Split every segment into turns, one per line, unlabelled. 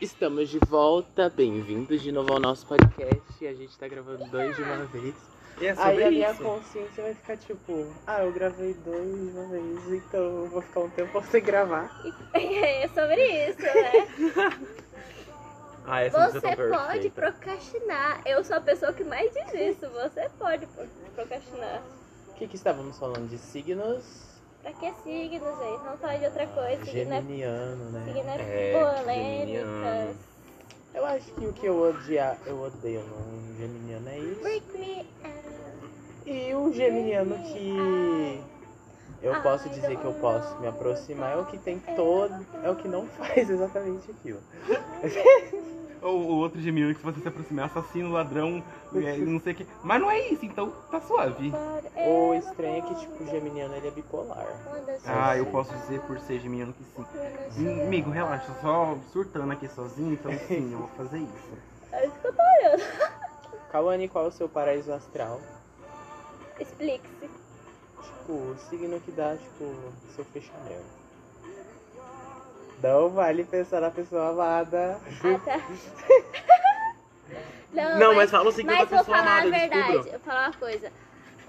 Estamos de volta, bem-vindos de novo ao nosso podcast. A gente tá gravando dois de uma vez.
E é
Aí
sobre
a minha
isso.
consciência vai ficar tipo, ah, eu gravei dois de uma vez, então eu vou ficar um tempo sem gravar.
É sobre isso, né?
Ah, essa música
Você
tá
pode
perfeita.
procrastinar. Eu sou a pessoa que mais diz isso. Você pode pro- procrastinar.
O que, que estávamos falando de signos?
Pra que signo, gente? Não fala de outra coisa. Signo é,
Geminiano, né?
signo é,
É,
polêmica.
geminiano.
Eu acho que o que eu odiar, eu odeio no geminiano é isso.
Freak me out.
E o geminiano que
Ah.
eu posso dizer que eu posso me aproximar é o que tem todo. É o que não faz exatamente aquilo.
Ou o outro geminiano que se você se aproximar, assassino, ladrão, é, não sei o que. Mas não é isso, então tá suave.
O estranho é que, tipo, o geminiano ele é bipolar.
Ah, eu posso dizer por ser geminiano que sim. Hum, Amigo, relaxa, só surtando aqui sozinho, então sim, eu vou fazer isso.
Kawane, qual é o seu paraíso astral?
Explique-se.
Tipo, o signo que dá, tipo, seu fechamento. Não vale pensar na pessoa amada.
Ah, tá. Não, mas
fala assim o seguinte
Mas vou falar a verdade, eu vou falar uma coisa.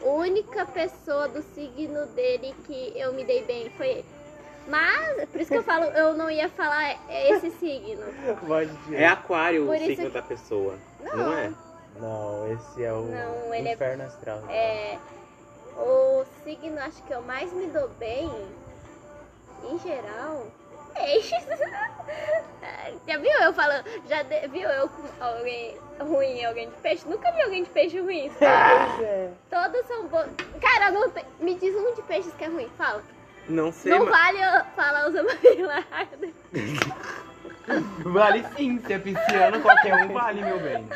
A única pessoa do signo dele que eu me dei bem foi ele. Mas, por isso que eu falo, eu não ia falar esse signo.
Voz de
É aquário
Por
o
isso
signo
que-
da pessoa,
Não,
não, é?
Não, esse é o
Não, ele é-
inferno astral. né?
é. O signo, acho que eu mais me dou bem, em geral, peixes. já viu eu falando, já de- viu eu com alguém ruim, alguém de peixe? Nunca vi alguém de peixe ruim.
Pois é.
Todos são bons. Cara, não tem- me diz um de peixes que é ruim, fala.
Não sei,
Não
mas-
vale eu falar Osama Bin Laden.
Vale sim, se é pisciano, qualquer um vale, meu bem.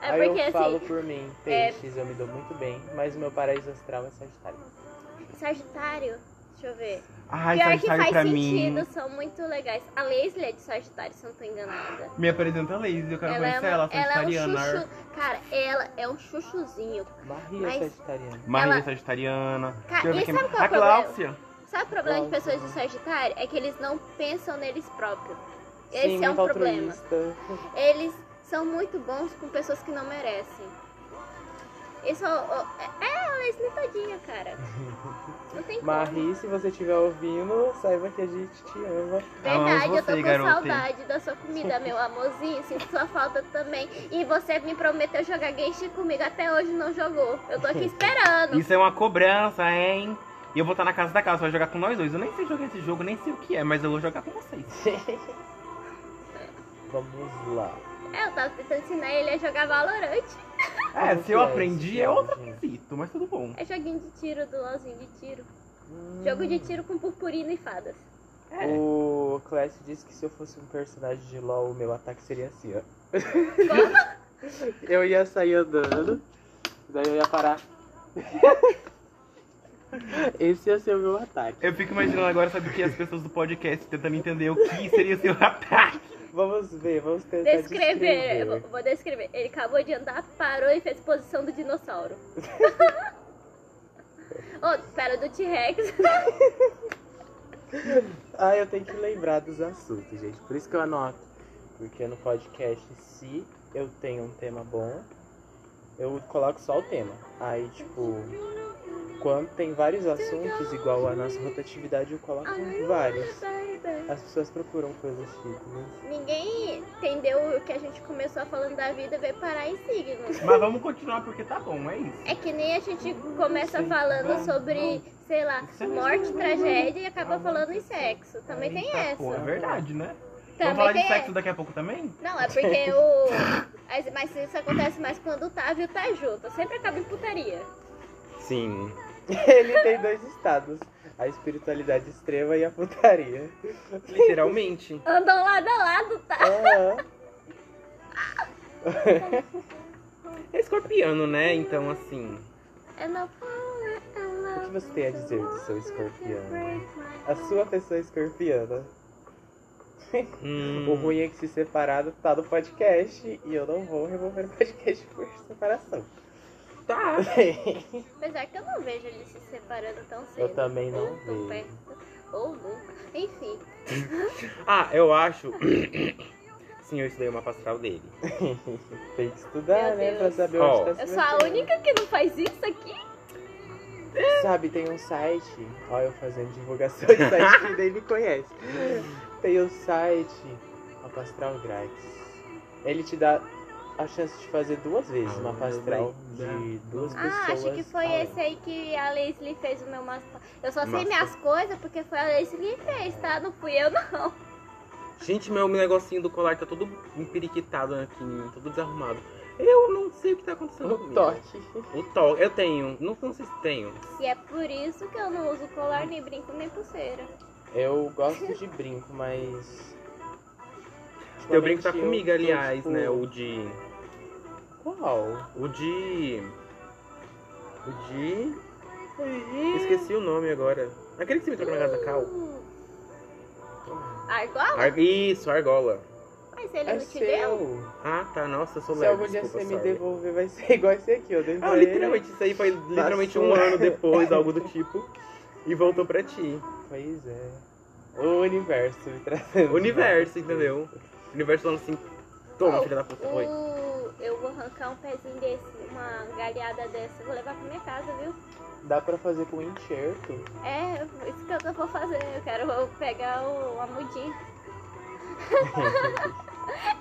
É
Aí
porque
eu
assim, é
falo por mim, peixes, eu me dou muito bem, mas o meu paraíso astral é Sagitário.
Sagitário, deixa eu ver.
Ai,
Pior que
Sagitário
faz
pra mim.
sentido, são muito legais. A Leslie é de Sagitário, se eu não tô enganada.
Me apresenta a Lazy, eu quero
Ela é,
conhecer
uma-
ela,
ela é um
sagitariana. né?
chuchu. Cara, ela é um chuchuzinho.
Maria é
Mas-
Sagitariana.
Maria
Ela-
é Sagitariana.
Cara,
Deixa eu ver
e
quem-
sabe qual é
a
o problema?
Cláudia.
Sabe o problema de
Nossa.
pessoas de Sagitário? É que eles não pensam neles próprios. Esse
Sim,
é um
muito
problema.
altruísta.
Eles são muito bons com pessoas que não merecem. Isso é, é a Leslie tadinha, cara. Não tem como.
Marie, se você estiver ouvindo, saiba que a gente te ama.
Verdade,
Amamos
eu tô
você,
com
garota.
saudade da sua comida, meu amorzinho. Sinto sua falta também. E você me prometeu jogar Genshin comigo, até hoje não jogou. Eu tô aqui esperando.
Isso é uma cobrança, hein? E eu vou estar na casa da casa, vai jogar com nós dois. Eu nem sei jogar esse jogo, nem sei o que é, mas eu vou jogar com vocês.
Vamos lá.
É, eu tava tentando ensinar ele a jogar Valorant.
Ah,
É,
Como
se
que
eu
é
aprendi
esse
é
jogo,
outro
gente?
quesito, mas tudo bom.
É joguinho de tiro do LOLzinho de tiro.
Hum.
Jogo de É. tiro com purpurina e fadas.
O Clash disse que se eu fosse um personagem de LoL, o meu ataque seria assim, ó. eu ia sair andando, daí eu ia parar. Esse ia ser o meu ataque.
Eu fico imaginando agora, sabe o que? As pessoas do podcast tentando entender o que seria seu ataque.
Vamos ver, vamos
Tá
tentar
Descrever, eu vou- vou descrever. Ele acabou de andar, parou e fez posição do dinossauro. oh, pera, do T-Rex.
Ah, eu tenho que lembrar dos assuntos, gente. Por isso que eu anoto. Porque no podcast, se eu tenho um tema bom, eu coloco só o tema. Aí, tipo, quando tem vários assuntos, igual a nossa rotatividade, eu coloco
tá,
vários. As pessoas procuram coisas típicas.
Ninguém entendeu o que a gente começou falando da vida e veio parar em signos.
Mas vamos continuar porque tá bom, é isso.
É que nem a gente começa
Sim.
falando
Vamos,
sobre, sei lá,
Isso é
morte,
mesmo.
tragédia e acaba falando em sexo. Também tem
Eita, pô, é
essa.
verdade, né? vamos falar
Também
de
tem
sexo
essa.
daqui a pouco também?
Não, é porque o. Mas- Mas isso acontece mais quando o Távio tá junto. Sempre acaba em putaria.
Sim.
Ele tem dois estados: a espiritualidade extrema e a putaria.
Literalmente.
Andam lado a lado, tá?
Aham.
É escorpiano, né? Então, assim.
É não.
O que você tem a dizer do seu escorpião? A sua pessoa escorpiana. O
Hum,
ruim é que se separado tá no podcast e eu não vou remover o podcast por separação.
tá.
Apesar que eu não vejo eles se separando tão cedo.
Eu também não vejo.
Tão perto. Ou nunca. Enfim.
Ah, eu acho. Sim, eu estudei uma pastoral dele.
Tem que estudar,
Meu
né?
Deus.
Pra saber
Ó.
onde tá
Eu
se
sou a
metendo.
única que não faz isso aqui?
Sabe, tem um site. Olha eu fazendo divulgação de site que nem me conhece. Tem um site, a Pastral Grátis. Ele te dá a chance de fazer duas vezes uma pastral de duas pessoas.
Ah, acho que foi
além.
esse aí que a Leslie fez o meu mapa. Eu só sei
Mapa.
minhas coisas porque foi a Leslie que fez, tá? Não fui eu, não.
Gente, meu negocinho do colar tá todo empiriquitado aqui, todo desarrumado. Eu não sei o que tá acontecendo
Um
comigo.
toque.
O toque. Eu tenho. Não, não sei se tenho.
E é por isso que eu não uso colar, nem brinco, nem pulseira.
Eu gosto de brinco, mas.
Teu brinco
ultimamente
tá
eu
comigo,
tô,
aliás,
tipo,
né? O de.
Qual?
O de. O de. Esqueci o nome agora. Aquele que você me trocou na casa da Cal.
Argola?
Ar- Isso, argola.
Mas ele
É
não te deu?
seu.
Ah, tá. Nossa, eu sou
Se
leve.
algum dia você
desculpa,
me
sorry.
devolver, vai ser igual esse aqui, ó.
Ah, literalmente, isso aí foi literalmente um
sua.
ano depois, algo do tipo. E voltou pra ti.
Pois é. O universo me trazendo.
O universo, entendeu? O universo falando assim, toma, filha da puta, foi.
O... Eu vou arrancar um pezinho desse, uma galhada dessa, vou levar pra minha casa, viu?
Dá pra fazer com enxerto.
É, isso que eu vou fazer. Eu quero pegar o, a mudinha.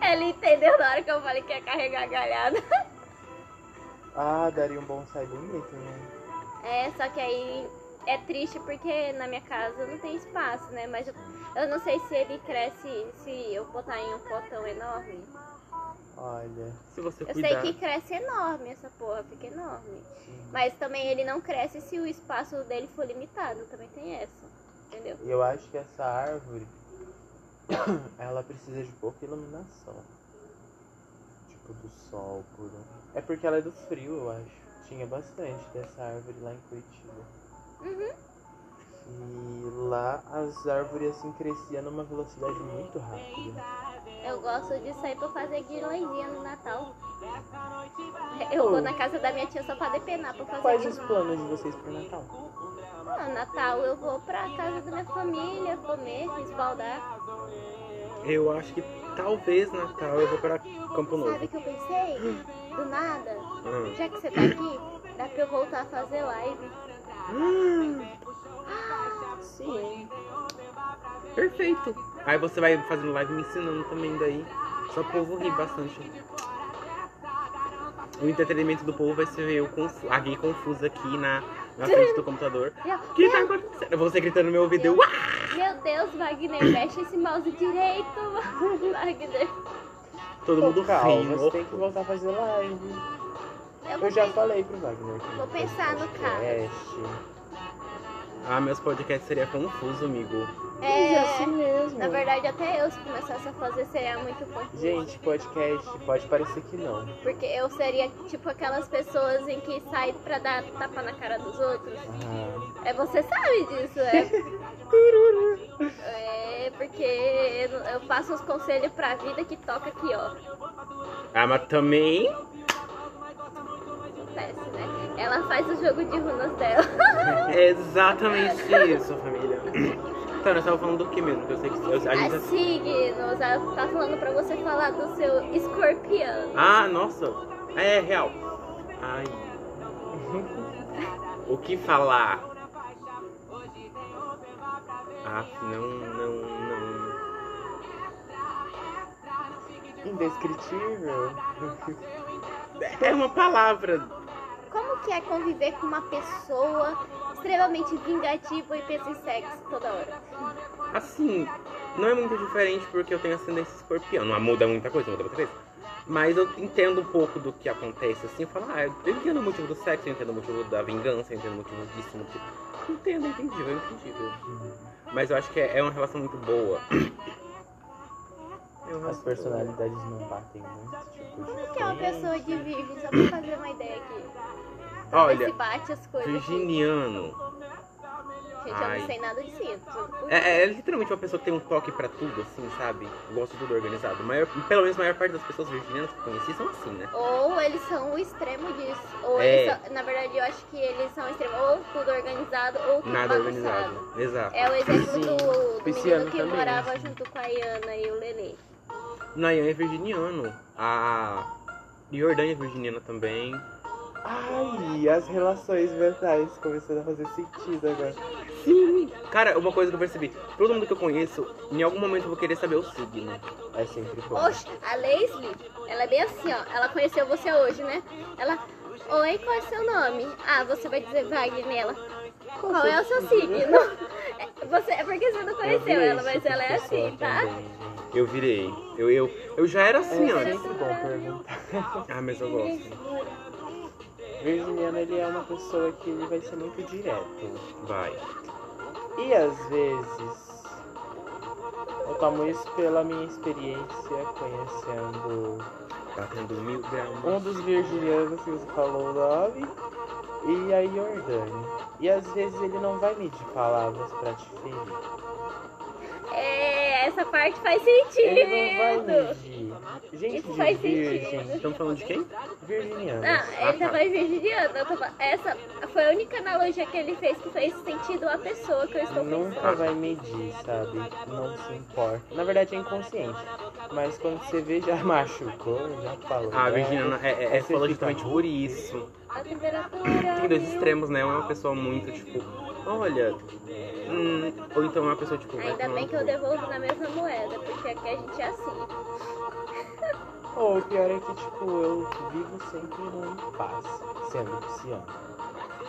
Ela entendeu na hora que eu falei que ia carregar a galhada.
Ah, daria um bonsai bonito, né?
É, só que aí é triste porque na minha casa não tem espaço, né? Mas eu, eu não sei se ele cresce, se eu botar em um potão enorme.
Olha.
Se você
Eu
cuidar.
sei que cresce enorme essa porra, fica enorme.
sim.
Mas também ele não cresce se o espaço dele for limitado, também tem essa. Entendeu?
Eu acho que essa árvore. ela precisa de pouca iluminação. Tipo, do sol puro. É porque ela é do frio, eu acho. Tinha bastante dessa árvore lá em Curitiba.
Uhum.
E lá as árvores assim cresciam numa velocidade muito rápida.
Eu gosto de sair pra fazer guirlandinha no Natal. Eu vou na casa da minha tia só pra depenar pra fazer
Quais os
guirlanda.
planos de vocês pro Natal?
Ah, Natal eu vou pra casa da minha família, comer, esbaldar.
Eu acho que talvez Natal eu vou pra Campo
Sabe
Novo.
o que eu pensei? Do nada,
Ah.
já que você tá aqui, dá pra eu voltar a fazer live.
Sim.
Perfeito. Aí você vai fazendo live me ensinando também daí. Só o povo ri bastante. O entretenimento do povo vai ser eu confu a gay confusa aqui na, na frente do computador.
E eu,
O que tá acontecendo? Você gritando no meu ouvido, eu, "Uá!"
Meu Deus, Wagner, mexe esse mouse direito, Wagner.
todo mundo
Calma,
rindo.
você tem que voltar a fazer live.
Eu,
Eu já falei pro Wagner. que
Vou pensar no carro.
podcast.
Ah, meus podcasts seria confuso, amigo.
Mas é
É,
assim mesmo.
na verdade, até eu se começasse a fazer seria muito bom.
Gente, podcast pode parecer que não.
Porque eu seria tipo aquelas pessoas em que sai pra dar tapa na cara dos outros.
Ah,
É, você sabe disso, é. É, porque eu- eu passo uns conselhos pra vida que toca aqui, ó.
Ah, mas também.
Acontece, né? Ela faz o jogo de runas dela.
É exatamente isso, família. Tá, nós tava falando do que mesmo? Que eu sei que eu- a gente
As signos, ela tá falando pra você falar do seu escorpião.
Ah, nossa. É, é real. Ai. o que falar? Ah, não, não, não.
indescritível.
É uma palavra.
Como que é conviver com uma pessoa extremamente vingativa e pensa em sexo toda hora?
Assim, não é muito diferente porque eu tenho ascendência escorpião. Não muda muita coisa, muda muita coisa. Mas eu entendo um pouco do que acontece, assim, eu falo, ah, eu entendo o motivo do sexo, eu entendo o motivo da vingança, eu entendo o motivo disso, o motivo... Entendo, é entendível, é entendível.
Uhum.
Mas eu acho que é, é uma relação muito boa. É uma
As
relação boa.
personalidades não batem muito. Tipo,
Como que é uma pessoa de virgem? Só pra fazer uma ideia aqui. Pra ver
Olha,
assim. se bate as coisas.
virginiano.
gente, eu
Ai.
não sei nada disso. Tudo-
É, é literalmente uma pessoa que tem um toque pra tudo, assim, sabe? Gosta de tudo organizado. Maior, pelo menos a maior parte das pessoas virginianas que eu conheci são assim, né?
Ou eles são o extremo disso. Ou
É.
eles são, na verdade, eu acho que eles são o extremo. Ou tudo organizado, ou tudo
Nada
bagunçado.
organizado. Exato.
É o exemplo
Sim.
do, do menino
Pisciano
que
também,
morava
assim.
junto com a Iana e o Lelê.
Nayan é virginiano. A Jordânia é virginiana também.
Ai, as relações mentais começando a fazer sentido agora.
Sim. Cara, uma coisa que eu percebi. Todo mundo que eu conheço, em algum momento eu vou querer saber o signo.
É sempre bom.
Oxe, a Leslie, ela é bem assim, ó. Ela conheceu você hoje, né? Ela. Oi, qual é seu nome? Ah, você vai dizer Wagner nela. Qual é o
assim?"
seu signo? É, Você, é porque você não conheceu ela, mas ela é
tipo,
assim, tá?
Eu virei. Eu, eu, eu já era
É
assim antes.
sempre bom perguntar.
Ah, mas eu gosto.
Virginiano, ele é uma pessoa que ele vai ser muito direto.
Vai.
E às vezes, eu tomo isso pela minha experiência conhecendo
Batendo Tá mil graus.
um dos virginianos que você falou o nome e a Jordani. E às vezes ele não vai medir palavras pra te ferir.
É, essa parte faz sentido.
Ele não vai medir. Gente
Isso
de
faz
virgem,
sentido. Ah,
Estamos falando de quem?
virginianos.
Não, ele tava virginiano. eu tava- Essa foi a única analogia que ele fez que fez sentido à pessoa que eu estou pensando.
Nunca vai medir, sabe? Não se importa. Na verdade é inconsciente. Mas quando você vê, já machucou, já falou.
Ah, a
né?
virginiana é, é, é
Aí você
falou
fica
justamente
ruim.
por isso.
A temperatura.
Tem dois
mil-
extremos, né? Uma pessoa muito, tipo, olha. hum, ou então uma pessoa, tipo, vai
Ainda
tomar
bem
no
que eu
cu.
devolvo na mesma moeda, porque aqui a gente é assim.
Ou o pior é que, tipo, eu vivo sempre num impasse, sendo pisciano.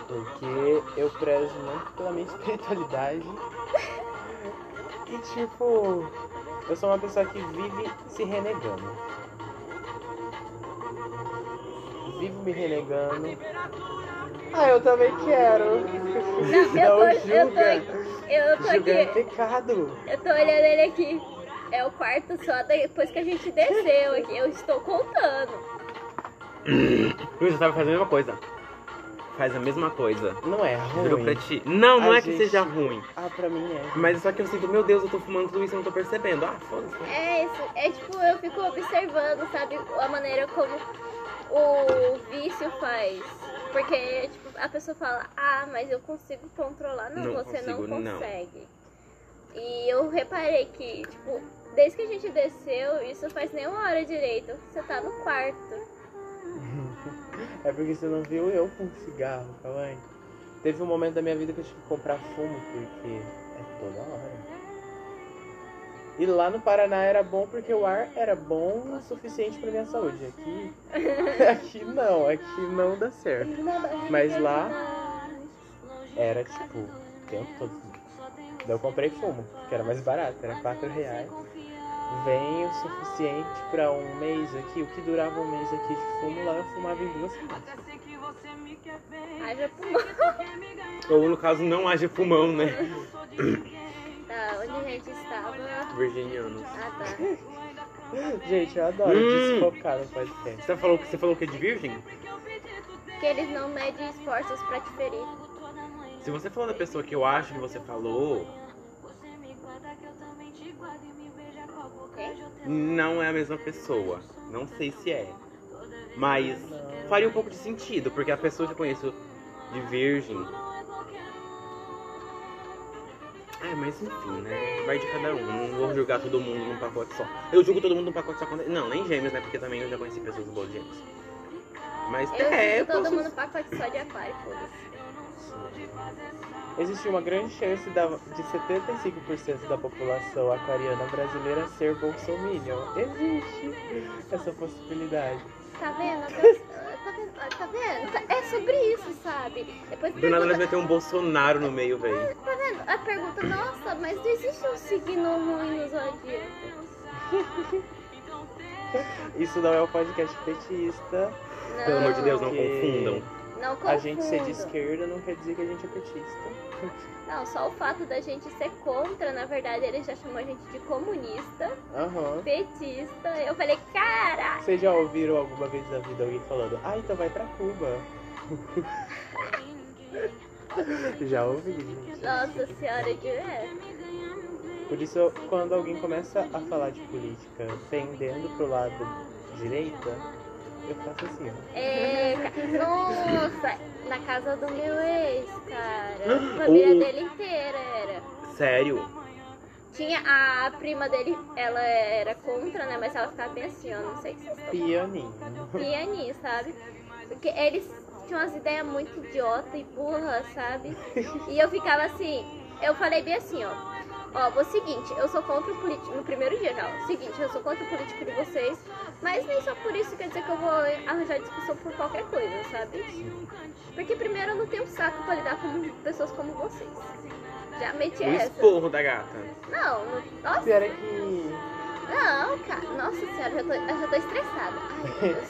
Porque eu prezo muito pela minha espiritualidade. E, tipo, eu sou uma pessoa que vive se renegando. Vivo me renegando. Ah, eu também quero.
Não, eu tô, eu tô,
julga.
eu tô
Julgar é
aqui,
pecado.
eu tô olhando ele aqui. É o quarto só depois que a gente desceu aqui. Eu estou contando.
Eu já tava fazendo a mesma coisa. Faz a mesma coisa.
Não é
Virou pra
ruim.
ti. Não, não
A
é que
gente-
seja ruim.
Ah, pra mim é.
Mas só que eu sinto, meu Deus, eu tô fumando tudo isso e não tô percebendo. Ah, foda-se.
É isso, é tipo, eu fico observando, sabe, a maneira como o vício faz. Porque, tipo, a pessoa fala, ah, mas eu consigo controlar. Não,
Não
você
consigo,
não
não.
consegue. E eu reparei que, tipo, desde que a gente desceu, isso faz nem uma hora direito. Você tá no quarto.
É porque você não viu eu com cigarro, calma aí. Teve um momento da minha vida que eu tive que comprar fumo, porque é toda hora. E lá no Paraná era bom porque o ar era bom o suficiente pra minha saúde. Aqui. aqui não, aqui não dá certo. Mas lá era tipo, o tempo todo. Daí eu comprei fumo, que era mais barato, era 4 reais. Vem o suficiente pra um mês aqui, o que durava um mês aqui de fumo, lá eu fumava em duas semanas.
Haja pulmão.
Ou no caso, não haja pulmão, né?
Tá, onde a gente estava. Ah,
Virginianos.
tá.
Gente, eu adoro
Hum.
desfocar no podcast.
Você falou, você falou que é de virgem?
Que eles não medem esforços pra te ferir.
Se você falou da pessoa que eu acho que você falou,
Quem?
não é a mesma pessoa. Não sei se é. Mas faria um pouco de sentido, porque a pessoa que eu conheço de virgem. É, mas enfim, né? Vai de cada um. Não vou julgar todo mundo num pacote só. Eu julgo todo mundo num pacote só quando. Não, nem gêmeos, né? Porque também eu já conheci pessoas do bolo de gêmeos. Mas
Eu
é,
é,
eu
todo
posso...
mundo pacote só de aquário, foda-se.
Existe uma grande chance da- de 75% da população aquariana brasileira ser bolsominion. Existe essa possibilidade.
Tá vendo? A pessoa- Tá vendo? Ah, Tá vendo? É sobre isso, sabe? Depois
Do nada nós vai
pergunta,
ter um Bolsonaro no meio, velho.
tá vendo? A pergunta, nossa, mas não existe um signo ruim no zodíaco.
Isso não é um podcast petista.
Não,
Pelo amor de Deus, não
Que-
confundam.
Não confunda.
A gente ser de esquerda não quer dizer que a gente é petista.
Não, só o fato da gente ser contra, na verdade, ele já chamou a gente de comunista,
Aham.
petista. Eu falei, cara,
Vocês já ouviram alguma vez na vida alguém falando, ah, então vai pra Cuba? Já ouvi, gente.
Nossa senhora, que é.
Por isso, quando alguém começa a falar de política pendendo pro lado direita, eu faço assim, ó.
É, ca- nossa, na casa do meu ex, cara. A família
Oh.
dele inteira era.
Sério?
Tinha a prima dele, ela era contra, né? Mas ela ficava bem assim, ó, não sei se vocês estão
Pianinho.
pianinho, sabe? Porque eles tinham umas ideias muito idiota e burra, sabe? E eu ficava assim, eu falei bem assim, ó. Ó, vou seguinte, eu sou contra o político. No primeiro dia já, ó, seguinte, eu sou contra o político de vocês, mas nem só por isso quer dizer que eu vou arranjar discussão por qualquer coisa, sabe?
assim.
Porque primeiro eu não tenho saco pra lidar com pessoas como vocês. Já meti
O
é essa.
esporro da gata.
Não, não- nossa,
Pior é que
não, cara. Nossa senhora, eu já tô, eu já tô estressada. Ai, meu Deus.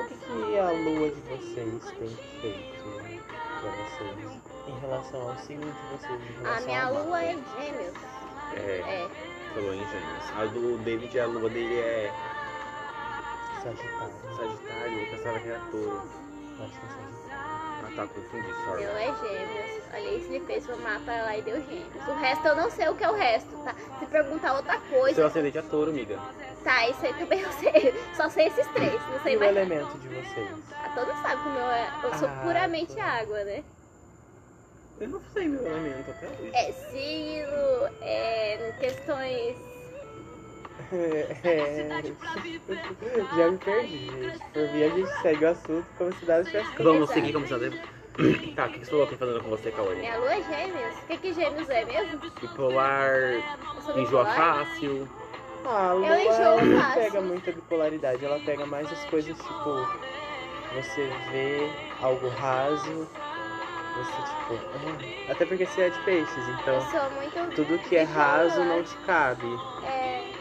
O que, que a lua de vocês tem feito pra vocês em relação ao signo de vocês? Em
A
relação
minha
ao mapa?
lua é gêmeos.
É,
É.
falou em gêmeos. A do David, a lua dele é
Sagitário.
Sagitário, eu pensava que era touro.
Eu Acho que é Sagitário.
Ah tá, confundi,
O
sorry.
meu é gêmeos. Olha isso, ele fez o mapa lá e deu gêmeos. O resto eu não sei o que é o resto, tá? Se perguntar outra
Seu
coisa,
ascendente é touro, amiga.
tá, isso aí também eu sei. Só sei esses três, não sei
E o
mais. nada.
elemento de vocês?
Ah, todo mundo sabe que o meu é. Eu sou
é Ah,
puramente
tá.
água, né?
Eu não sei meu elemento até hoje.
É signo, é questões.
É... Já me perdi, gente. Por mim, a gente segue o assunto como se nada tivesse acontecido.
Então, Vamos seguir como se nós- Tá, o que que você falou aqui fazendo com você, Cauê?
Minha lua é gêmeos. O que, que gêmeos é mesmo?
Bipolar,
Eu sou
enjoa
bipolar?
fácil.
Ah, a lua
Eu enjoo
ela não
fácil.
pega muita bipolaridade, ela pega mais as coisas tipo. Você vê algo raso, você tipo. ah, Até porque você é de peixes, então
Eu sou muito.
tudo que é raso não te cabe.
É,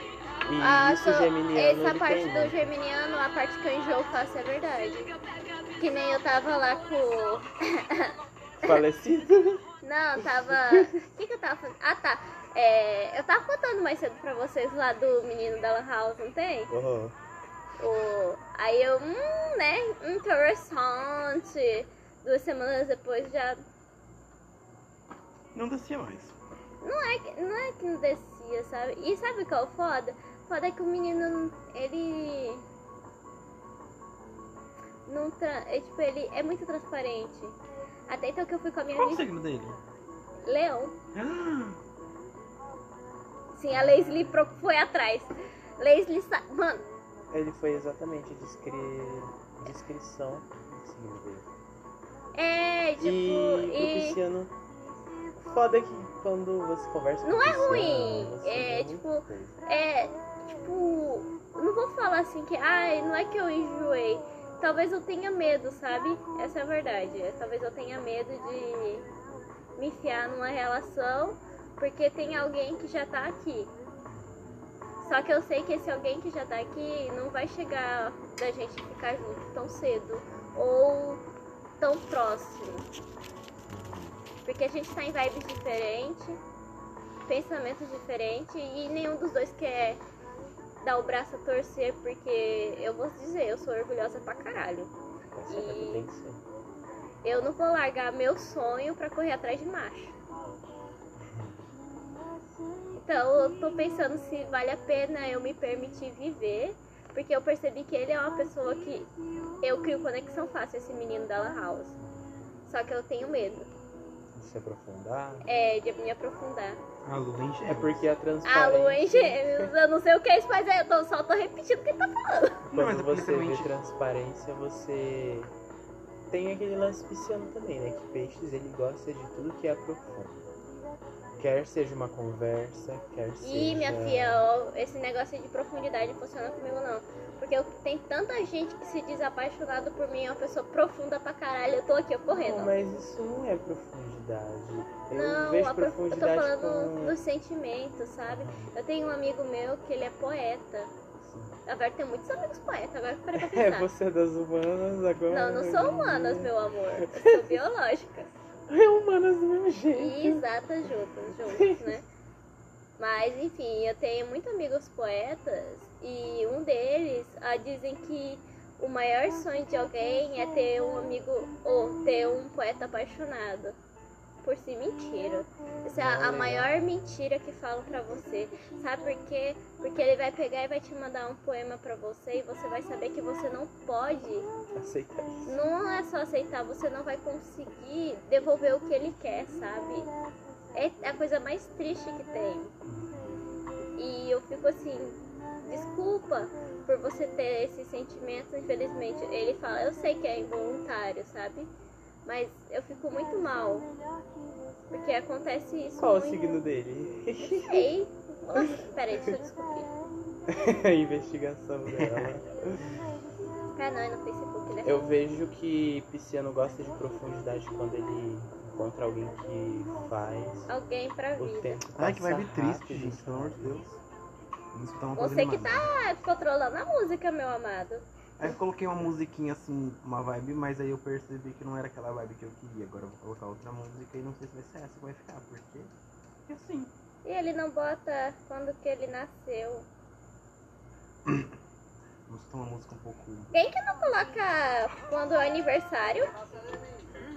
E
Ah,
isso
só-
geminiano
Essa
ele
parte
tem. né?
do geminiano, a parte que eu enjoo faço é verdade. Que nem eu tava lá com.
Falecido.
Não, tava. O que, que eu tava fazendo? Ah, tá. É, eu tava contando mais cedo pra vocês lá do menino da Lan House, não tem?
Uhum.
O... Aí eu, hum, né? Interessante. Duas semanas depois já.
Não descia mais.
Não é, que- não é que não descia, sabe? E sabe qual é o foda? Foda é que o menino, ele. Não tra... é, tipo, ele é muito transparente. Até então que eu fui com a minha
Qual o
amiga
signo dele?
Leão.
Ah,
Sim, a Leslie pro- foi atrás. Leslie sa... Mano,
Ele foi exatamente a descri... descrição do signo dele.
é tipo.
e, o
E,
pisciano. Foda que quando você conversa
Não
com
é
o pisciano,
ruim,
você
é,
vê muita
tipo,
coisa.
é tipo. Não vou falar assim que. Ai, não é que eu enjoei. Talvez eu tenha medo, sabe? Essa é a verdade. É, Talvez eu tenha medo de me enfiar numa relação porque tem alguém que já tá aqui. Só que eu sei que esse alguém que já tá aqui não vai chegar da gente ficar junto tão cedo ou tão próximo. Porque a gente tá em vibes diferentes, pensamentos diferentes e nenhum dos dois quer dar o braço a torcer porque eu vou dizer, eu sou orgulhosa pra caralho.
Essa é a que tem que ser.
Eu não vou largar meu sonho pra correr atrás de macho. Então eu tô pensando se vale a pena eu me permitir viver, porque eu percebi que ele é uma pessoa que eu crio conexão fácil, esse menino da La House. Só que eu tenho medo
De Se aprofundar.
é, de me aprofundar.
a lua em
É
gêmeos.
porque a
A
transparência.
lua em gêmeos, eu não sei o que é isso, mas eu tô- só tô repetindo o que ele tá
Não, mas
Quando
é porque
você vê
também-
transparência, você tem aquele lance pisciano também, né? Que peixes ele gosta de tudo que é profundo. Quer seja uma conversa, quer seja.
Ih, minha filha, ó, esse negócio de profundidade não funciona comigo não. Porque eu, tem tanta gente que se diz apaixonado por mim, é uma pessoa profunda pra caralho, eu tô aqui, eu correndo.
Não, mas isso não é profundidade. Eu
Não,
vejo
a prof- eu
profundidade
tô falando
como.
dos sentimentos, sabe? Eu tenho um amigo meu que ele é poeta. Agora tem muitos amigos poetas, agora que eu parei pra
É,
pensar.
você um é das humanas agora.
Não, não sou humanas, meu amor. Eu sou biológicas.
É humanas do mesmo
E
jeito.
exatas juntas, juntos, né? Mas enfim, eu tenho muitos amigos poetas e um deles ah, dizem que o maior sonho de alguém é ter um amigo ou ter um poeta apaixonado. Por si, mentira. Isso é a, a maior mentira que falo pra você. Sabe por quê? Porque ele vai pegar e vai te mandar um poema pra você e você vai saber que você não pode.
Aceita isso.
Não é só aceitar, você não vai conseguir devolver o que ele quer, sabe? É a coisa mais triste que tem. E eu fico assim, desculpa por você ter esses sentimentos, infelizmente. Ele fala, eu sei que é involuntário, sabe? Mas eu fico muito mal. Porque acontece isso.
Qual o
muito.
signo dele?
Ei, nossa, peraí, deixa eu descobrir.
A investigação dela.
Ah, não, é no Facebook, né?
Eu vejo que Pisciano gosta de profundidade quando ele encontra alguém que faz
Alguém pra
o
vida.
tempo.
Ai, que vai
passar
vir triste,
rápido.
gente, pelo amor de Deus. Vamos escutar uma coisa
Você que tá
animada.
controlando a música, meu amado.
Aí eu coloquei uma musiquinha assim, uma vibe, mas aí eu percebi que não era aquela vibe que eu queria. Agora eu vou colocar outra música e não sei se vai ser essa que vai ficar, porque. É assim.
E ele não bota quando que ele nasceu.
Vamos escutar uma música um pouco.
Quem que não coloca quando é aniversário?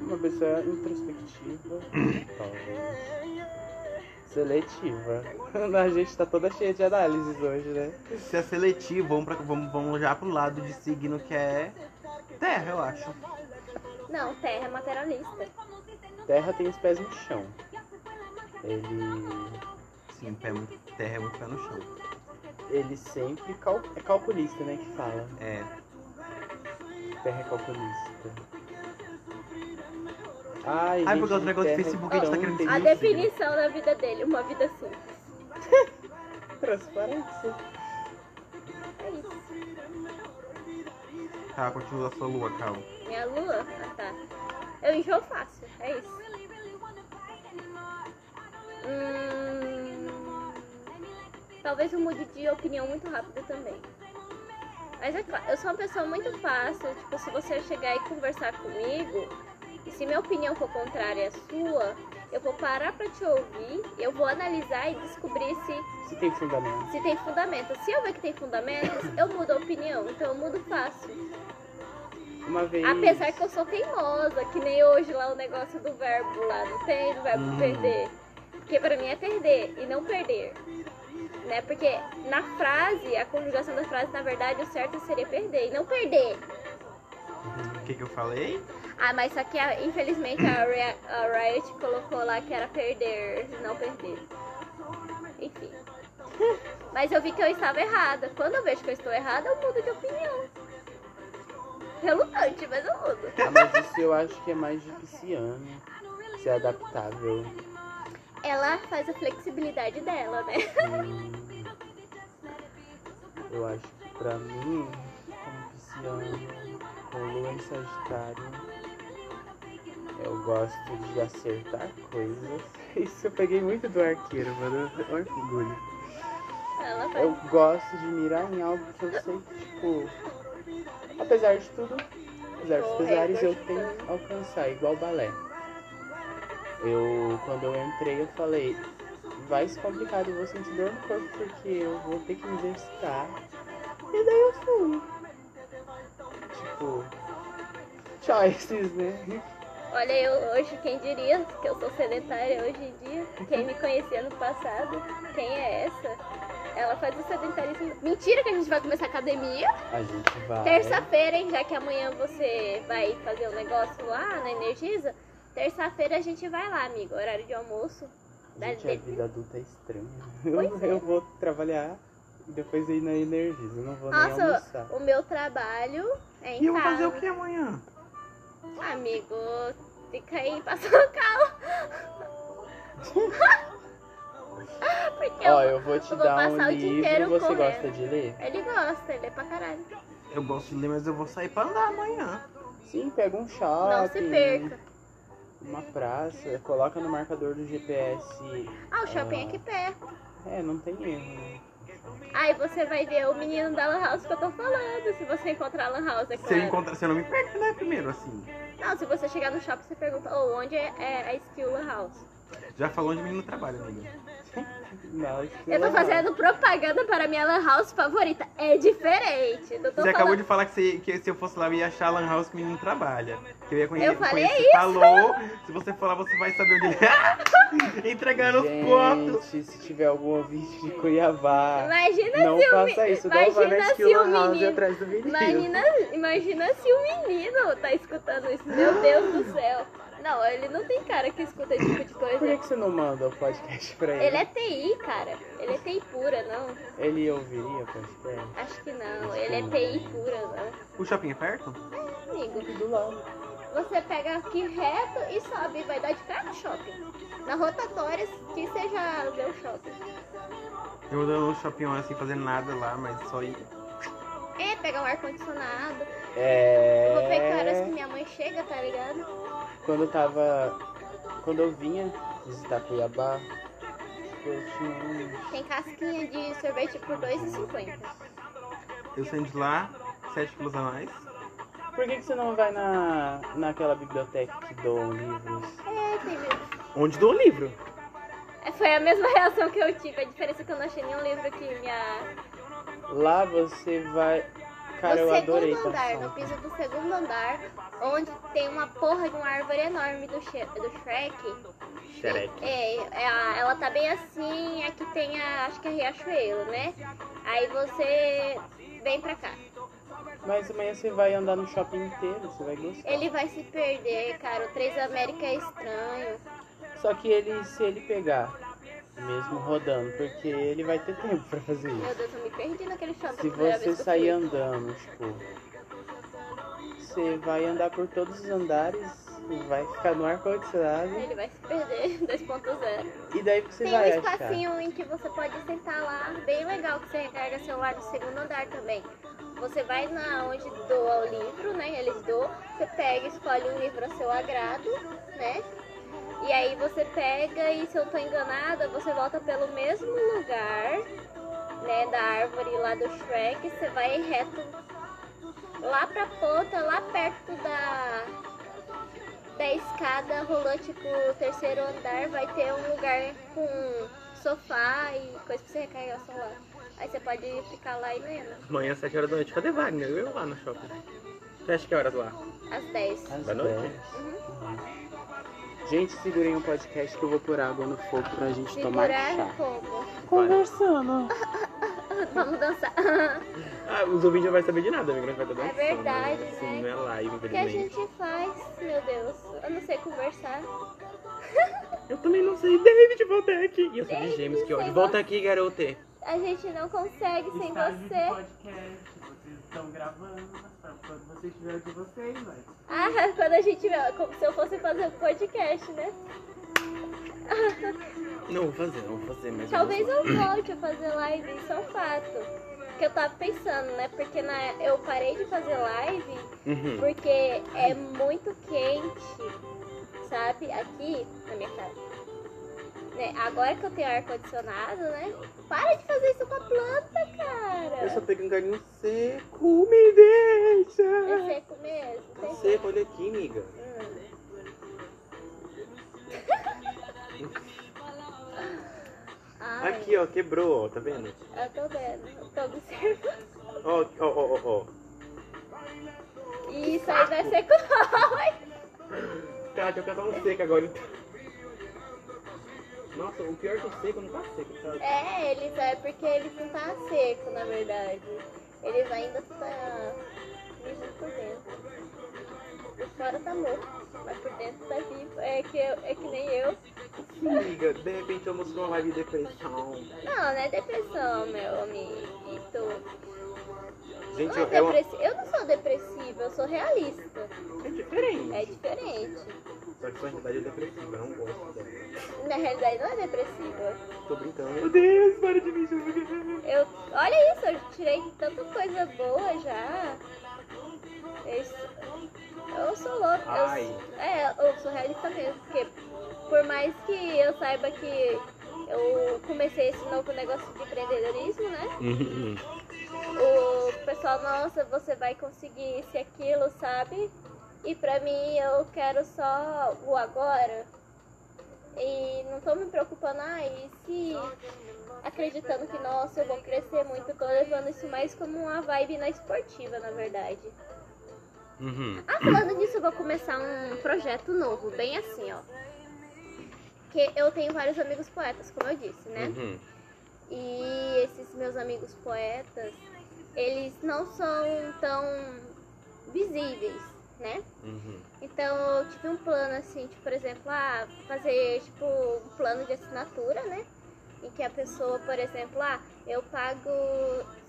Uma pessoa introspectiva, talvez. Seletiva. A gente tá toda cheia de análises hoje, né?
Se é seletivo, vamos, pra, vamos, vamos já pro lado de signo que é. Terra, eu acho.
Não, terra é materialista.
Terra tem os pés no chão. Ele
Sim, pé muito, terra é muito pé no chão.
ele sempre cal- é calculista, né, que fala.
É.
Terra é calculista. Ai,
Ai,
gente,
porque o negócio do
terra é
Facebook a gente tá
tão
querendo
inteligente.
A
Sim, sim.
definição da vida dele, uma vida simples.
Transparência.
É isso.
Tá, continua a sua lua, Cal.
Minha lua, ah tá. Eu enjoo fácil, é isso. Hum, talvez eu mude de opinião muito rápido também. Mas é claro, eu sou uma pessoa muito fácil, tipo, se você chegar e conversar comigo, e se minha opinião for contrária à sua, eu vou parar pra te ouvir, eu vou analisar e descobrir se
Se tem fundamento.
se tem fundamento. Se eu ver que tem fundamentos, eu mudo a opinião. Então eu mudo fácil.
Uma vez.
Apesar que eu sou teimosa, que nem hoje lá o negócio do verbo lá, não tem do verbo
Hum.
perder. Porque pra mim é perder e não perder. Né? Porque na frase, a conjugação da frase, na verdade, o certo seria perder e não perder.
O que que eu falei?
Ah, mas só que a- infelizmente a, Ria- a Riot colocou lá que era perder, não perder. Enfim. Mas eu vi que eu estava errada. Quando eu vejo que eu estou errada, eu mudo de opinião. Relutante, mas eu mudo.
Ah, mas isso eu acho que é mais de pisciano. Ser adaptável.
Ela faz a flexibilidade dela, né?
Hum, eu acho que pra mim, como pisciano, com lua em Sagitário, eu gosto de acertar coisas. Isso eu peguei muito do arqueiro, mano. Olha que orgulho.
Ela faz.
Eu gosto de mirar em algo que eu sei que, tipo, apesar de tudo, apesar dos
Tô
pesares, eu tenho
recortando.
que alcançar, igual balé. Eu, quando eu entrei, eu falei, vai ser complicado, eu vou sentir dor no corpo porque eu vou ter que me exercitar. E daí eu fui. Tipo, choices, né?
Olha, eu hoje, quem diria que eu sou sedentária hoje em dia? Quem me conhecia no passado? Quem é essa? Ela faz o sedentarismo. Mentira que a gente vai começar a academia!
A gente
Ah,
vai.
é?
Terça-feira, hein? Já que amanhã você vai fazer um negócio lá na Energisa, terça-feira a gente vai lá, amigo. Horário de almoço. Da
Gente, a
de-
vida adulta é estranha.
Pois
Eu,
é.
eu vou trabalhar e depois ir na Energisa. Eu não vou nem almoçar.
Nossa, o meu trabalho é em
E eu vou
casa.
fazer o que amanhã?
Amigo, fica aí passando carro. Porque
Ó,
eu-
eu vou te
eu vou
dar um
passar o dia
livro,
inteiro
você
correndo.
gosta de ler?
ele gosta, ele é pra caralho.
Eu gosto de ler, mas eu vou sair pra andar amanhã.
Sim, pega um shopping.
Não se perca.
Uma praça, coloca no marcador do GPS.
Ah, o shopping é aqui perto.
É, não tem erro. né?
Aí você vai ver o menino da Lan House que eu tô falando, se você encontrar a Lan House, é
Se eu
claro.
encontrar, se eu não me perco, né? Primeiro, assim.
Não, se você chegar no shopping, você pergunta, ô, onde é, é a Skill Lan House? Então
Já falou de mim no trabalho, amiga.
Nossa,
Eu tô fazendo propaganda para minha lan house favorita. É diferente. Não tô
Você acabou
falando...
de falar que, você- que se eu fosse lá, eu ia achar a Lan House que o menino trabalha. Que eu ia conhecer.
Eu falei "É
conhecer.
isso?
Falou. Se você falar, você vai saber onde ele. Entregando os pontos.
Gente, se tiver algum ouvinte de Cuiabá,
Imagina
não
se o me-
faça isso. Não vá
imagina
na
se
Skill
o
Lan House é
menino-
atrás do menino.
Imagina, imagina se o menino tá escutando isso. Meu Deus do céu. Não, ele não tem cara que escuta esse tipo de
Por que,
coisa.
que você não manda o podcast pra ele?
Ele é TI, cara. Ele é TI pura, não?
Ele ouviria o podcast?
Acho que não. Ele é TI pura, não.
O shopping é perto?
Amigo,
Do lado.
você pega aqui reto e sobe. Vai dar de cara no shopping. Na rotatória, que seja meu shopping.
Eu andando no shopping assim, fazendo nada lá, mas só ir.
É, pegar um ar-condicionado.
É.
Eu vou ver que horas que minha mãe chega, tá ligado?
Quando eu tava. Quando eu vinha visitar Cuiabá, acho que eu tinha uns.
Tem casquinha de sorvete por R$2,50.
Eu saindo de lá, 7 quilos a mais.
Por que, que você não vai na, naquela biblioteca que doam livros?
É, tem mesmo.
Onde dou o livro?
É, Foi a mesma reação que eu tive, a diferença é que eu não achei nenhum livro que minha.
Lá você vai. Cara,
no
eu adorei. um
segundo é andar,
Tarsal.
no piso do segundo andar, onde tem uma porra de uma árvore enorme do, She do Shrek.
Xereque.
É, é a- ela tá bem assim, aqui tem a. acho que é Riachuelo, né? Aí você vem pra cá.
Mas amanhã você vai andar no shopping inteiro, você vai gostar.
Ele vai se perder, cara. O Três América é estranho.
Só que ele, se ele pegar, mesmo rodando, porque ele vai ter tempo pra fazer
Meu
isso.
Deus, eu me perdi naquele shopping.
Se
a primeira
você
vez que eu
sair
fui.
andando, tipo. Você vai andar por todos os andares e vai ficar no ar-condicionado.
Ele vai se perder, 2.0.
E daí você é
Tem um
vai achar.
espacinho em que você pode sentar lá, bem legal, que você recarga celular no segundo andar também. Você vai na onde doa o livro, né? Eles doam, você pega, escolhe um livro a seu agrado, né? E aí você pega e se eu não tô enganada, você volta pelo mesmo lugar, né, da árvore lá do Shrek, você vai reto lá pra ponta, lá perto da da escada rolante pro terceiro andar vai ter um lugar com sofá e coisa pra você recarregar o celular. Aí você pode ficar lá e lendo.
Amanhã, 7 horas da noite. Cadê Wagner? Eu lá no shopping. Você acha que horas lá?
Às 10.
Às
Vai noite?
10. Gente, segurem o podcast que eu vou pôr água no fogo pra gente tomar
Segurar
chá.
como?
Conversando.
Vamos dançar.
Ah, os ouvintes não vão saber de nada, amigo. Não vai estar dançando.
É verdade,
né? Assim,
né?
não é live,
O que a
infelizmente.
gente faz? Meu Deus. Eu não sei conversar.
Eu também não sei. David, volta aqui. E eu sou de
David,
gêmeos, que
sei
ódio. Volta aqui, garote.
A gente não consegue sem
De
você.
podcast, vocês estão gravando, pra quando vocês tiverem de vocês, mas.
Ah, quando a gente. Como se eu fosse fazer um podcast, né?
Não, vou fazer, não vou fazer. Mas
Talvez
vamos lá.
eu volte a fazer live, isso é um fato. Que eu tava pensando, né? Porque na, eu parei de fazer live
Uhum.
Porque é muito quente, sabe? Aqui na minha casa. Né? Agora que eu tenho ar-condicionado, né? Para de fazer isso com a planta,
Eu só
cara.
peguei um galinho seco, me deixa.
É seco mesmo. tem
Seco, é olha aqui, amiga.
Hum. Ai,
Aqui, ó, quebrou, ó, tá vendo?
Eu tô vendo, eu tô observando.
Ó, ó, ó, ó, ó.
E isso aí vai ser com
Cara, Tá, eu tava seco agora. então. Nossa, o pior é que o seco não tá seco, tá?
É, eles é porque eles não tá seco, na verdade. Eles ainda tá vivo por dentro. Por fora tá morto, mas por dentro tá vivo. É que, eu- é que nem eu.
Amiga, de repente eu mostro uma live de depressão.
Não, não é depressão, meu amiguito. Não
Gente,
é
eu- é, uma...
depressi... Eu não sou depressiva, eu sou realista.
é diferente.
É diferente.
Só que sua realidade é depressiva, eu não gosto dela.
Na realidade não é depressiva.
Tô brincando. Meu Deus, para de me julgar.
Eu, olha isso, eu tirei tanta coisa boa já. Eu, sou- eu sou louca. eu
Ai.
sou- é, eu sou realista mesmo, porque por mais que eu saiba que eu comecei esse novo negócio de empreendedorismo, né?
Uhum,
O pessoal, nossa, você vai conseguir isso e aquilo, sabe? E pra mim eu quero só o agora. E não tô me preocupando, ai, se acreditando que, nossa, eu vou crescer muito, eu tô levando isso mais como uma vibe na esportiva, na verdade.
Uhum.
Ah, falando disso, eu vou começar um projeto novo, bem assim, ó. Que eu tenho vários amigos poetas, como eu disse, né?
Uhum.
E esses meus amigos poetas, eles não são tão visíveis, né?
Uhum.
Então eu tive um plano assim, tipo, por exemplo, ah, fazer tipo um plano de assinatura, né? Em que a pessoa, por exemplo, ah, eu pago,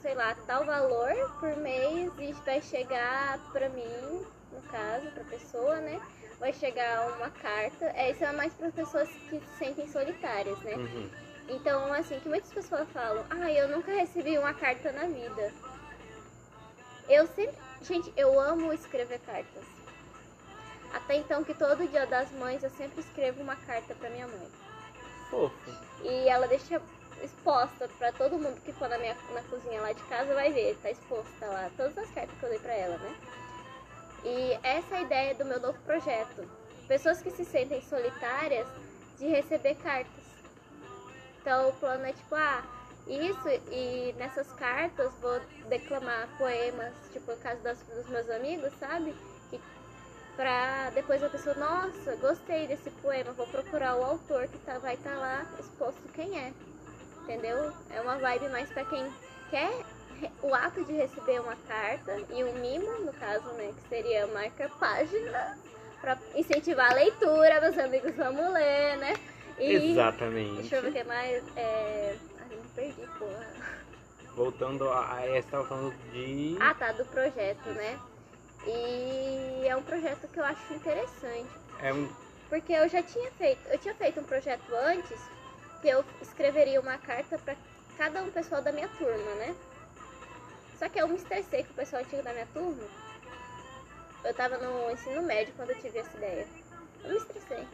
sei lá, tal valor por mês e vai chegar pra mim, no caso, pra pessoa, né? Vai chegar uma carta. É, isso é mais para pessoas que se sentem solitárias, né?
Uhum.
Então, assim, que muitas pessoas falam, ah, eu nunca recebi uma carta na vida. Eu sempre. Gente, eu amo escrever cartas. Até então que todo dia das mães eu sempre escrevo uma carta pra minha mãe.
Fofo.
E ela deixa exposta pra todo mundo que for na minha na cozinha lá de casa vai ver, tá exposta lá todas as cartas que eu dei pra ela, né? E essa é a ideia do meu novo projeto. Pessoas que se sentem solitárias de receber cartas. Então o plano é tipo, ah, isso e nessas cartas vou declamar poemas, tipo, no caso das, dos meus amigos, sabe? Que pra depois a pessoa, nossa, gostei desse poema, vou procurar o autor que tá, vai estar lá exposto quem é. Entendeu? É uma vibe mais pra quem quer re- o ato de receber uma carta e um mimo, no caso, né, que seria marca página, pra incentivar a leitura, meus amigos, vamos ler, né? E
Exatamente.
Deixa eu ver o que mais. É... Ai, me perdi, porra.
Voltando a, a essa, tava falando de.
Ah, tá, do projeto, né? E é um projeto que eu acho interessante.
É um.
Porque eu já tinha feito. Eu tinha feito um projeto antes que eu escreveria uma carta pra cada um pessoal da minha turma, né? Só que eu me estressei com o pessoal antigo da minha turma. Eu tava no ensino médio quando eu tive essa ideia. É Eu me estressei.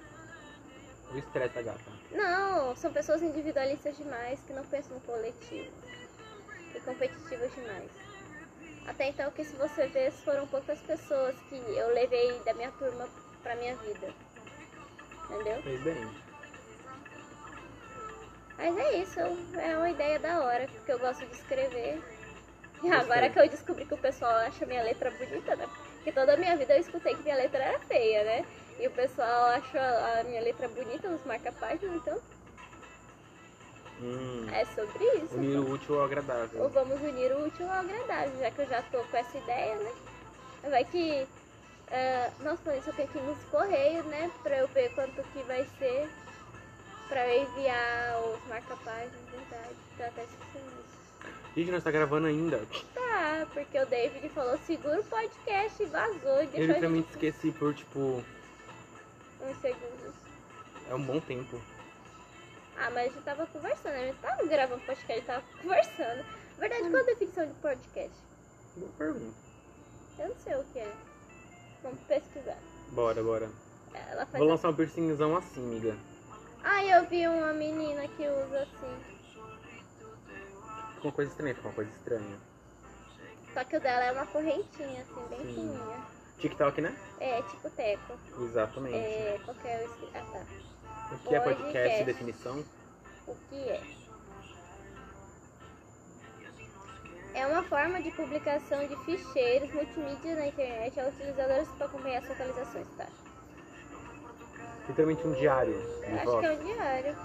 O estresse da gata.
Não, são pessoas individualistas demais que não pensam no coletivo e competitivas demais. Até então, que se você vê, foram poucas pessoas que eu levei da minha turma pra minha vida. Entendeu?
Fez bem.
Mas é isso, é uma ideia da hora, porque eu gosto de escrever. E
Gostei.
agora que eu descobri que o pessoal acha minha letra bonita, né? Porque toda a minha vida eu escutei que minha letra era feia, né? E o pessoal acha a minha letra bonita nos marca-páginas, então
Hum.
é sobre isso.
Unir o útil ao
Ou
agradável.
vamos unir o útil ao agradável, já que eu já tô com essa ideia, né? Vai que. ah, nossa, mas isso aqui aqui nos correios, né? Pra eu ver quanto que vai ser. Pra eu enviar os marca-páginas, verdade. Tô até esquecendo isso.
Gente, nós tá gravando ainda.
Tá, porque o David falou segura o podcast e vazou. E
Eu
deixou a
literalmente
gente
esqueci por, tipo,
uns segundos.
é um bom tempo.
Ah, mas a gente tava conversando, a gente tava gravando podcast, tava conversando. Na verdade, qual a definição de podcast?
Boa pergunta.
Eu não sei o que é. Vamos pesquisar.
Bora, bora.
Ela faz
Vou lançar um piercingzão assim, miga.
Ai, eu vi uma menina que usa assim.
Ficou uma coisa estranha, ficou uma coisa estranha.
Só que o dela é uma correntinha, assim, bem
Sim.
fininha.
TikTok, né?
É, tipo teco.
Exatamente.
É, qualquer. eu esque- Ah, tá.
O que é
Hoje
podcast
quer.
definição?
O que é? É uma forma de publicação de ficheiros multimídia na internet a utilizadores para acompanhar as localizações, tá?
Literalmente um diário de
Acho que
voz.
é um diário.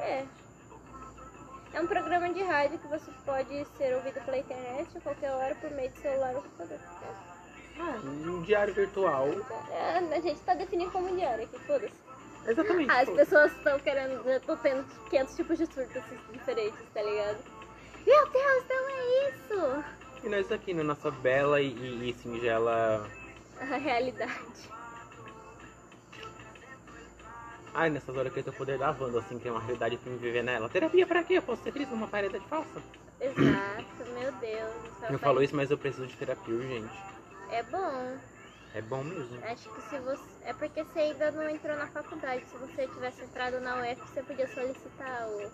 É. É um programa de rádio que você pode ser ouvido pela internet a qualquer hora por meio de celular ou computador.
Um diário virtual.
É, a gente tá definindo como um diário aqui, foda-se.
Exatamente.
Ah, as
pô.
pessoas estão querendo. estão tendo 500 tipos de surtos diferentes, tá ligado? Meu Deus, não é isso!
E nós aqui na nossa bela e, e, e singela.
A realidade.
Ai, nessas horas que eu tô poder da Wanda, assim, que é uma realidade pra me viver nela. Terapia pra quê? Eu posso ser feliz numa realidade
Tá
falsa.
Exato, meu Deus. do céu,
Eu falo isso, mas eu preciso de terapia urgente.
É bom.
É bom mesmo.
Acho que se você. É porque você ainda não entrou na faculdade. Se você tivesse entrado na UF, você podia solicitar o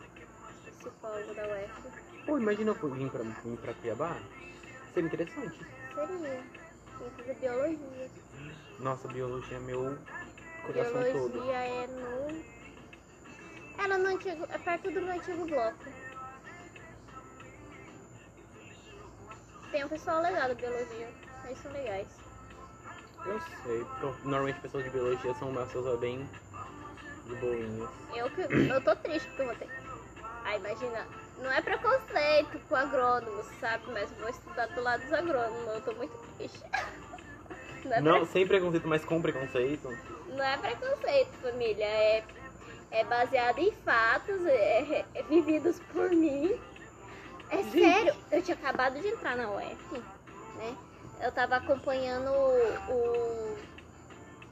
psicólogo da UF.
Pô, imagina eu vim pra, vim pra Cuiabá. Seria é interessante.
Seria. Isso é biologia.
Nossa, biologia é meu coração
Biologia
todo.
é no. Era no antigo. É perto do meu antigo bloco. Tem um pessoal legal da biologia. Eles são legais.
Eu sei, pro- normalmente pessoas de biologia são uma pessoa bem de boinhas.
Eu que. Eu tô triste porque eu vou ter. Ah, imagina. Não é preconceito com agrônomos, sabe? Mas eu vou estudar do lado dos agrônomos. Eu tô muito triste. Não é
Não, sem preconceito, mas com preconceito.
Não é preconceito, família. É, é baseado em fatos é- é vividos por mim. É sério, eu tinha acabado de entrar na UF, né? Eu tava acompanhando o,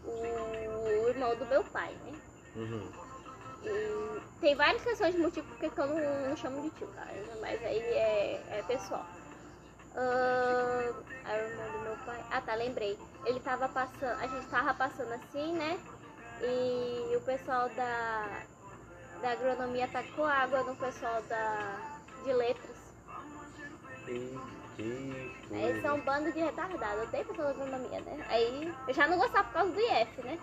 o, o irmão do meu pai, né?
Uhum.
E Hum, tem várias questões de motivo porque que eu não, não chamo de tio, tá? Mas aí é, é pessoal. Hum, Ahn, a irmã do meu pai. Ah tá, lembrei. Ele tava passando. A gente tava passando assim, né? E o pessoal da, da agronomia tacou água no pessoal da, de letras.
E que
Aí Eles
coisa.
são um bando de retardado. Eu tenho pessoal da agronomia, né? Aí eu já não gostava por causa do IF, né?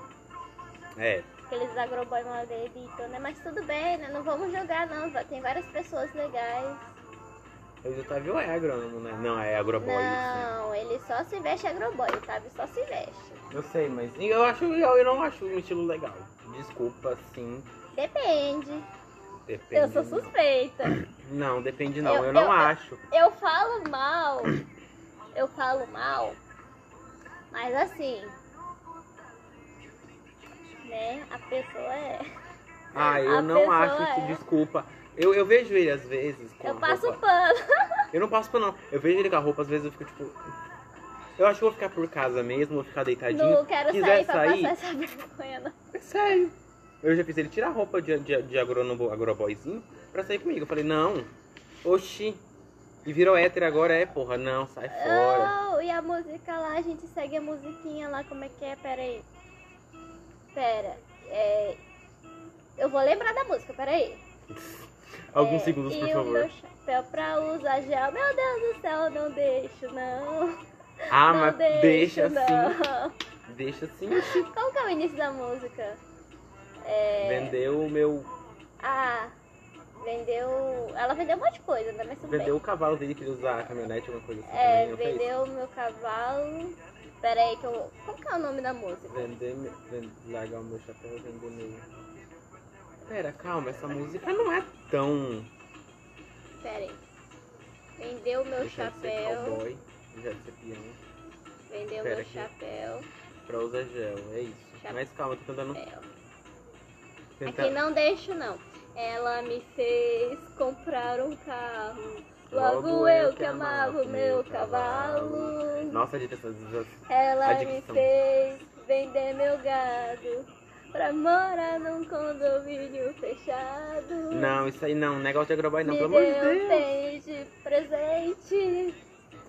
É,
aqueles agroboy malditos, né? Mas tudo bem, né? Não vamos jogar, não. Va- Tem várias pessoas legais.
o Otávio é agrônomo, né? Não, é agroboy. Assim.
não, ele só se veste agroboy, sabe? Só se veste.
Eu sei, mas eu acho legal, eu não acho um estilo legal. Desculpa, sim.
Depende.
Depende.
Eu sou suspeita.
Não, depende não, eu,
Eu-
não
eu-
acho.
Eu falo mal. Eu falo mal. Mas assim. Né? A pessoa é.
Ah, eu
a
não
pessoa
acho,
é.
desculpa. Eu, eu vejo ele às vezes. com
Eu
a
passo
roupa.
pano.
Eu não passo pano, não. Eu vejo ele com a roupa, às vezes eu fico tipo. Eu acho que vou ficar por casa mesmo, vou ficar deitadinho.
Não quero
É quiser
sair pra
sair?
passar essa vergonha, não.
É sério. Eu já fiz ele tirar a roupa de, de, de agrônomo, agroboyzinho pra sair comigo. Eu falei, não. Oxi. E virou hétero agora, é, porra. Não, sai fora.
Oh, e a música lá, a gente segue a musiquinha lá, como é que é? Pera aí. Pera. É... Eu vou lembrar da música, pera aí.
Alguns
É,
segundos, por
e o
favor.
meu chapéu pra usar gel. Meu Deus do céu, não deixo, não.
Ah,
não
mas
deixo,
deixa assim.
não.
Deixa assim.
Como que é o início da música? É.
Vendeu o meu.
Ah, vendeu... Ela vendeu um monte de coisa, né? Mas tudo bem.
Vendeu o cavalo dele que ele usar a caminhonete, alguma coisa assim.
É,
também, não fez?
vendeu meu cavalo. Pera aí que eu... Como que é o nome da música?
Vender, me- ven- largar o meu chapéu e vender meu. Pera, calma, essa música não é tão.
Pera aí. Vendeu meu
deixar de ser
chapéu.
cowboy, deixar de ser peão,
Vendeu
Pera
meu
aqui.
chapéu.
pra usar gel, é isso.
Chapéu.
Mas calma, tô tentando.
Aqui
tentar-
não deixo, não. Ela me fez comprar um carro. Logo,
Logo
eu que amava o meu
cavalo.
cavalo.
Nossa, de pessoas. pessoas-
Ela me
Adicção.
fez vender meu gado. Pra morar num condomínio fechado.
Não, isso aí não, negócio de agroboy não,
me
pelo
deu
amor de Deus.
um tênis de presente.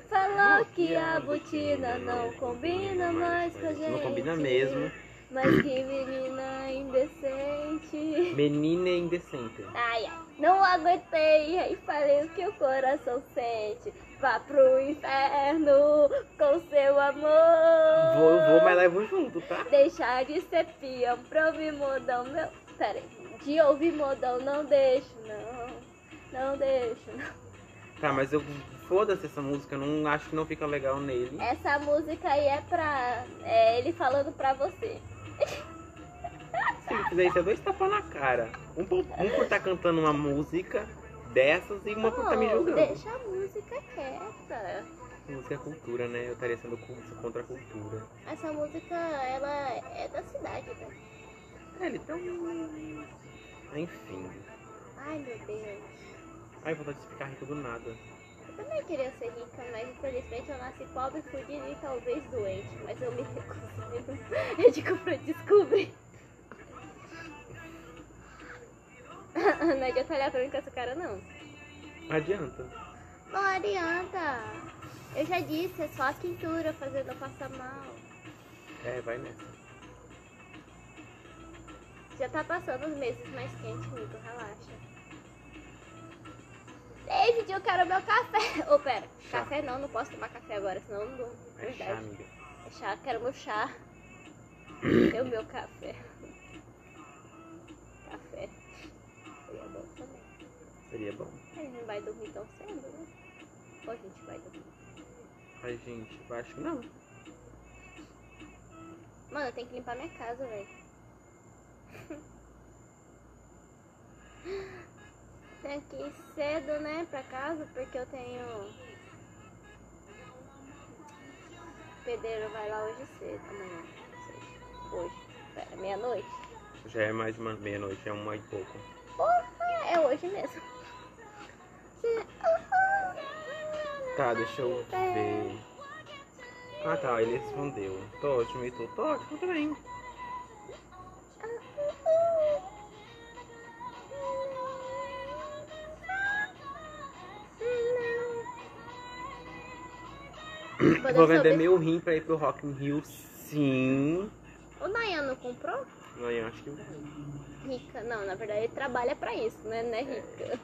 Falou que a botina não combina mais com a gente.
Não combina mesmo.
Mas que menina indecente.
Menina é indecente.
Ai, ai, não aguentei e falei o que o coração sente. Vá pro inferno com seu amor.
Vou, vou, mas levo junto, tá?
Deixar de ser peão pra ouvir modão, meu. Pera aí, de ouvir modão, não deixo, não. Não deixo, não.
Tá, mas eu. Foda-se essa música, eu não acho que não fica legal nele.
Essa música aí é pra. É ele falando pra você.
Se ele fizer isso, é dois tapas na cara. Um por, um por tá cantando uma música dessas e uma por tá me
Não,
julgando.
deixa a música quieta.
Música é cultura, né? Eu estaria sendo cu- contra a cultura.
Essa música, ela é da cidade, né?
É, ele tá um- Enfim.
Ai, meu Deus.
Ai, vontade de ficar rico do nada.
Eu também queria ser rica, mas infelizmente eu nasci pobre, fudida e talvez doente. Mas eu me recuso. É de comprar descobrir. Não adianta olhar pra mim com essa cara, não.
Adianta.
Não adianta. Eu já disse, é só a quintura fazendo eu passar mal.
É, vai nessa.
Já tá passando os meses mais quentes, amigo, relaxa. David, eu quero meu café. Ô, pera,
Chá.
café não, não posso tomar café agora, senão eu não durmo.
É chá,
Verdade.
amiga.
chá, quero meu chá. Eu meu café. Café. Seria bom também.
Seria bom.
A gente não vai dormir tão cedo, né? Ou a gente vai dormir?
Ai, gente, eu acho que não.
Mano, eu tenho que limpar minha casa, velho. Tenho que ir cedo, né, pra casa, porque eu tenho. O pedreiro vai lá hoje cedo, amanhã. não sei. Hoje. Pera, meia-noite?
Já é mais de uma meia-noite, é uma e pouco.
É, é hoje mesmo.
Tá, deixa eu ver. Ah tá, ele respondeu. Tô ótimo e tu? Tô ótimo também.
Vou
Vou
deixar eu
vender
ver-
meu rim pra ir pro Rock in Rio, sim.
O Nayan não comprou?
Amanhã acho que vai.
Rica. Não, na verdade ele trabalha pra isso, né? Não é rica.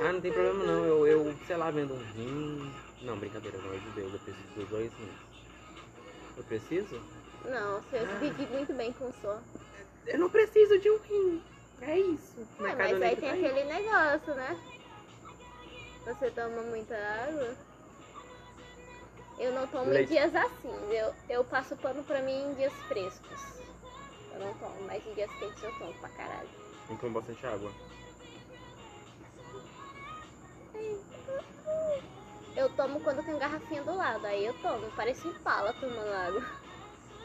Ah, não tem problema não. Eu, eu sei lá, vendo um rim. Não, brincadeira, não ajudei. Eu preciso dos dois rins. Eu preciso?
Não, se eu expliquei muito bem com o som.
Eu não preciso de um rim. É isso. Na casa
É, mas aí
negra
tem
tá
aquele negócio, né? Você toma muita água. Eu não tomo
Leite.
em dias assim. Eu, eu passo pano pra mim em dias frescos. Eu não tomo, mas em dias quentes eu tomo pra caralho.
Então tomo bastante água.
Eu tomo quando tem garrafinha do lado, aí eu tomo. Parece um pala tomando água.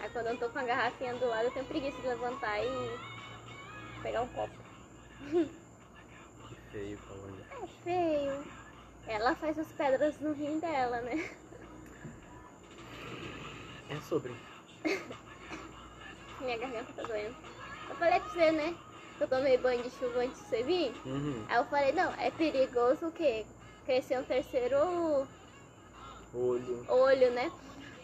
Aí quando eu tô com a garrafinha do lado, eu tenho preguiça de levantar e pegar um copo.
Que feio falando.
É feio. Ela faz as pedras no rim dela, né?
É sobre.
Minha garganta tá doendo. Eu falei pra você, né? que Eu tomei banho de chuva antes de você vir.
Uhum.
Aí eu falei, não, é perigoso o quê? Crescer um terceiro
Olho.
olho, né?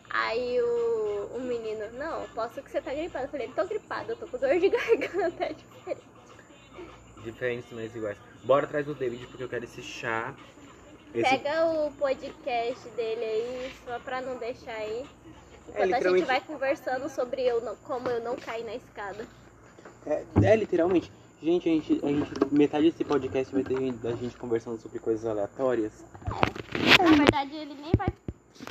Aí o, o menino, não, posso que você tá gripado. Eu falei, tô gripada, eu tô com dor de garganta. É diferente.
Diferentes, mas iguais. Bora atrás do David porque eu quero esse chá. Esse...
Pega o podcast dele aí, só pra não deixar aí. Enquanto a gente
É, literalmente-
vai conversando sobre eu não, como eu não caí na escada.
É, é, literalmente. Gente a, gente, a gente. Metade desse podcast vai ter gente- da gente conversando sobre coisas aleatórias.
Na verdade, ele nem vai.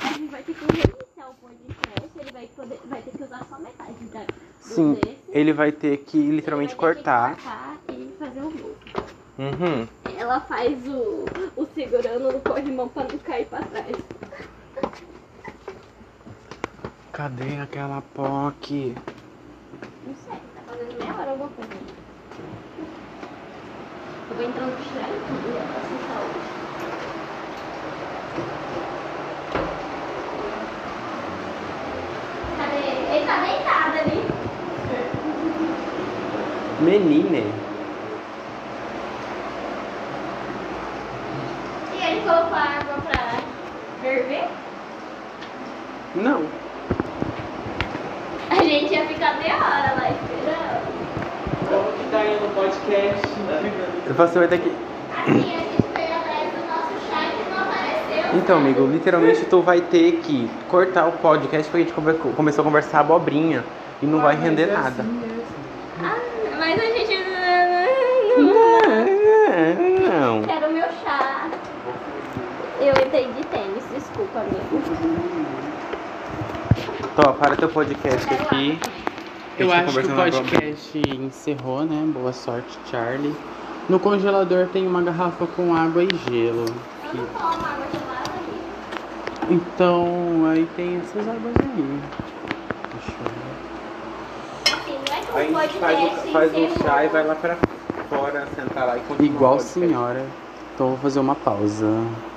A gente vai ter que reiniciar o podcast. Ele vai, poder, vai ter que usar só metade da, do
Sim,
desse. Ele
Ele vai ter que
vai ter
literalmente
que
cortar.
cortar e fazer um novo.
Uhum.
Ela faz o, o segurando no corrimão pra não cair pra trás.
Cadê aquela POC?
Não sei, tá fazendo meia hora alguma coisa. Eu vou entrar no chat e eu vou acessar o. Cadê? Ele tá deitado ali.
Menine.
E ele colocou a água pra ferver?
Não.
A gente ia ficar meia hora lá esperando.
Como que tá indo o podcast?
Você vai ter que.
Assim, a gente foi atrás do nosso chá e não apareceu.
Então, amigo, literalmente tu vai ter que cortar o podcast porque a gente come- começou a conversar abobrinha e não vai render nada.
Ah, mas a gente não- não- não-
É, Não.
não quero meu chá. Eu entrei de tênis, desculpa, amigo.
Tó, para teu podcast
Quero
aqui. Eu Eu
tá
acho que o conversando na bomba.
podcast encerrou, né? Boa sorte, Charlie. No congelador tem uma garrafa com água e gelo.
Eu não tomo água gelada, amigo.
Então, aí tem essas águas aí. Deixa eu ver.
Assim, não é que
Aí
um
a gente faz,
podcast
o- faz um
encerrou.
chá e vai lá pra fora sentar lá e continua.
Igual
o podcast.
senhora. Então vou fazer uma pausa.